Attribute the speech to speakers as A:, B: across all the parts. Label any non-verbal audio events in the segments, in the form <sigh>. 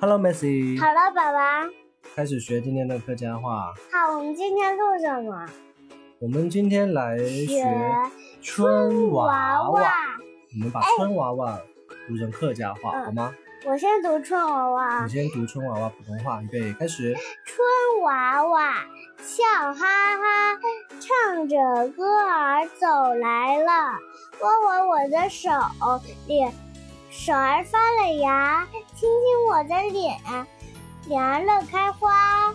A: Hello, Messi。
B: 好了，爸爸，
A: 开始学今天的客家话。
B: 好，我们今天录什么？
A: 我们今天来学春娃
B: 娃
A: 娃。哎我们把春娃娃读成客家话，
B: 嗯
A: 好吗？
B: 我先读春娃娃
A: 你。先读春娃娃普通话，预备，开始。
B: 春娃娃笑哈哈，唱着歌儿走来了，握握我的手，脸手儿发了芽，亲亲我的脸，脸儿乐开花，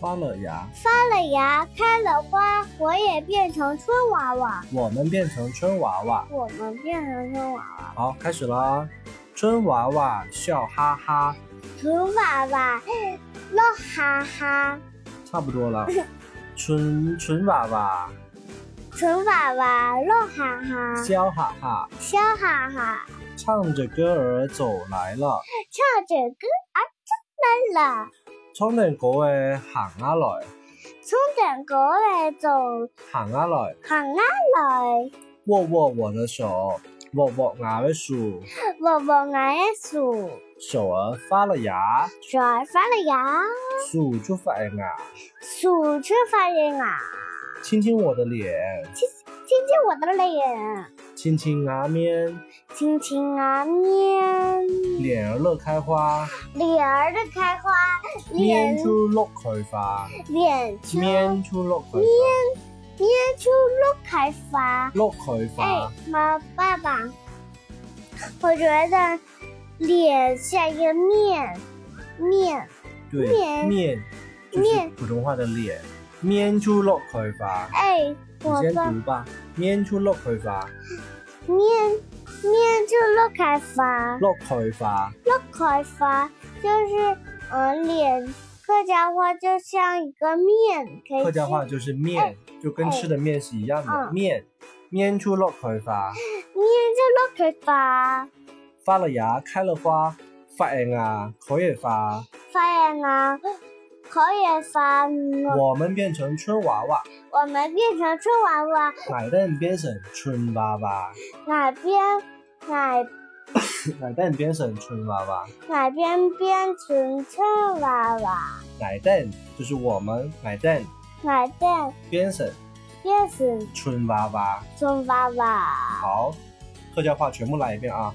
A: 发了芽，
B: 发了芽，开了花，我也变成春娃娃，
A: 我们变成春娃娃。
B: 我们变成春娃娃。
A: 好，开始啦。春娃娃笑哈哈，
B: 春娃娃乐哈哈，
A: 差不多 <laughs> 了。春春娃娃
B: 春娃娃乐哈哈，
A: 笑哈哈，
B: 笑哈哈。
A: 唱着歌儿走来了。
B: 唱着歌儿走来了，
A: 冲定嗰嘅行啊下來，
B: 从整个来走
A: 行下來，
B: 行啊
A: 握握我的手，握握我的手，
B: 来，我我爱数，
A: 手儿发了芽，
B: 手儿发了芽，
A: 手就发芽，
B: 数着发啊了芽，
A: 亲亲我的脸，
B: 亲亲我的脸，
A: 亲亲牙啊面，
B: 亲亲啊面，
A: 脸儿乐开花，
B: 脸儿的开花，脸
A: 面出碌葵花，
B: 脸出面
A: 面出碌葵花，
B: 出肉开花。
A: 碌葵
B: 哎
A: 花，，
B: 妈，爸爸，我觉得脸像一个面面。
A: 对，
B: 面
A: 面就是
B: 面
A: 普通话的脸，面出碌葵花，
B: 哎，
A: 你
B: 我
A: 先
B: 爸。
A: 读吧，面出碌葵花，
B: 面面就乐开花，
A: 碌葵花。
B: 乐开花就是呃脸，客家话就像一个面，可以
A: 客家话
B: 吃
A: 就是面，就跟吃的面是一样的。
B: 嗯
A: 面，面出落葵花，
B: 面就乐开花，
A: 发了芽，开了花，发芽，口也发。
B: 发芽啊，口也发我
A: 我们变成春娃娃，
B: 我们变成春娃娃，
A: 矮蛋变成春娃娃，
B: 哪边哪
A: 矮蛋变成春娃娃，
B: 哪边变成春娃娃，
A: 矮蛋就是我们矮蛋
B: 哪边
A: 变成
B: 变成
A: 春娃娃。
B: 春娃娃。
A: 好，客家话全部来一遍啊！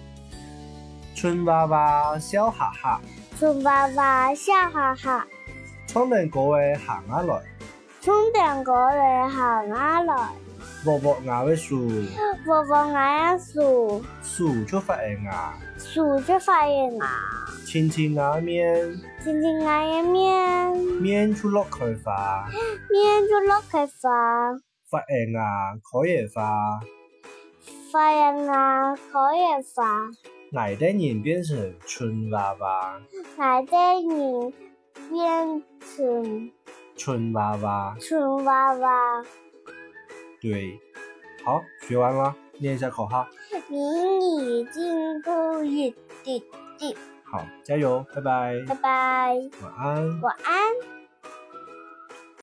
A: 春娃娃笑哈哈，
B: 春娃娃笑哈哈，
A: 冲定嗰位行下来，
B: 春天过来行啊来。
A: 握握牙的树，
B: 我我爱数
A: 树就发芽。
B: 数着发音啊，
A: 亲亲啊面，
B: 今天爱面
A: 面出落葵花，
B: 面就落开发，
A: 发硬啊，可以花，
B: 发音啊可以发，
A: 矮的人变成春娃娃，
B: 来的你变成
A: 春娃娃，
B: 春娃娃，
A: 对，好，学完了，念一下口号，
B: 你已经不一滴滴，
A: 好，加油，拜拜，
B: 拜拜，
A: 晚安。
B: 晚安。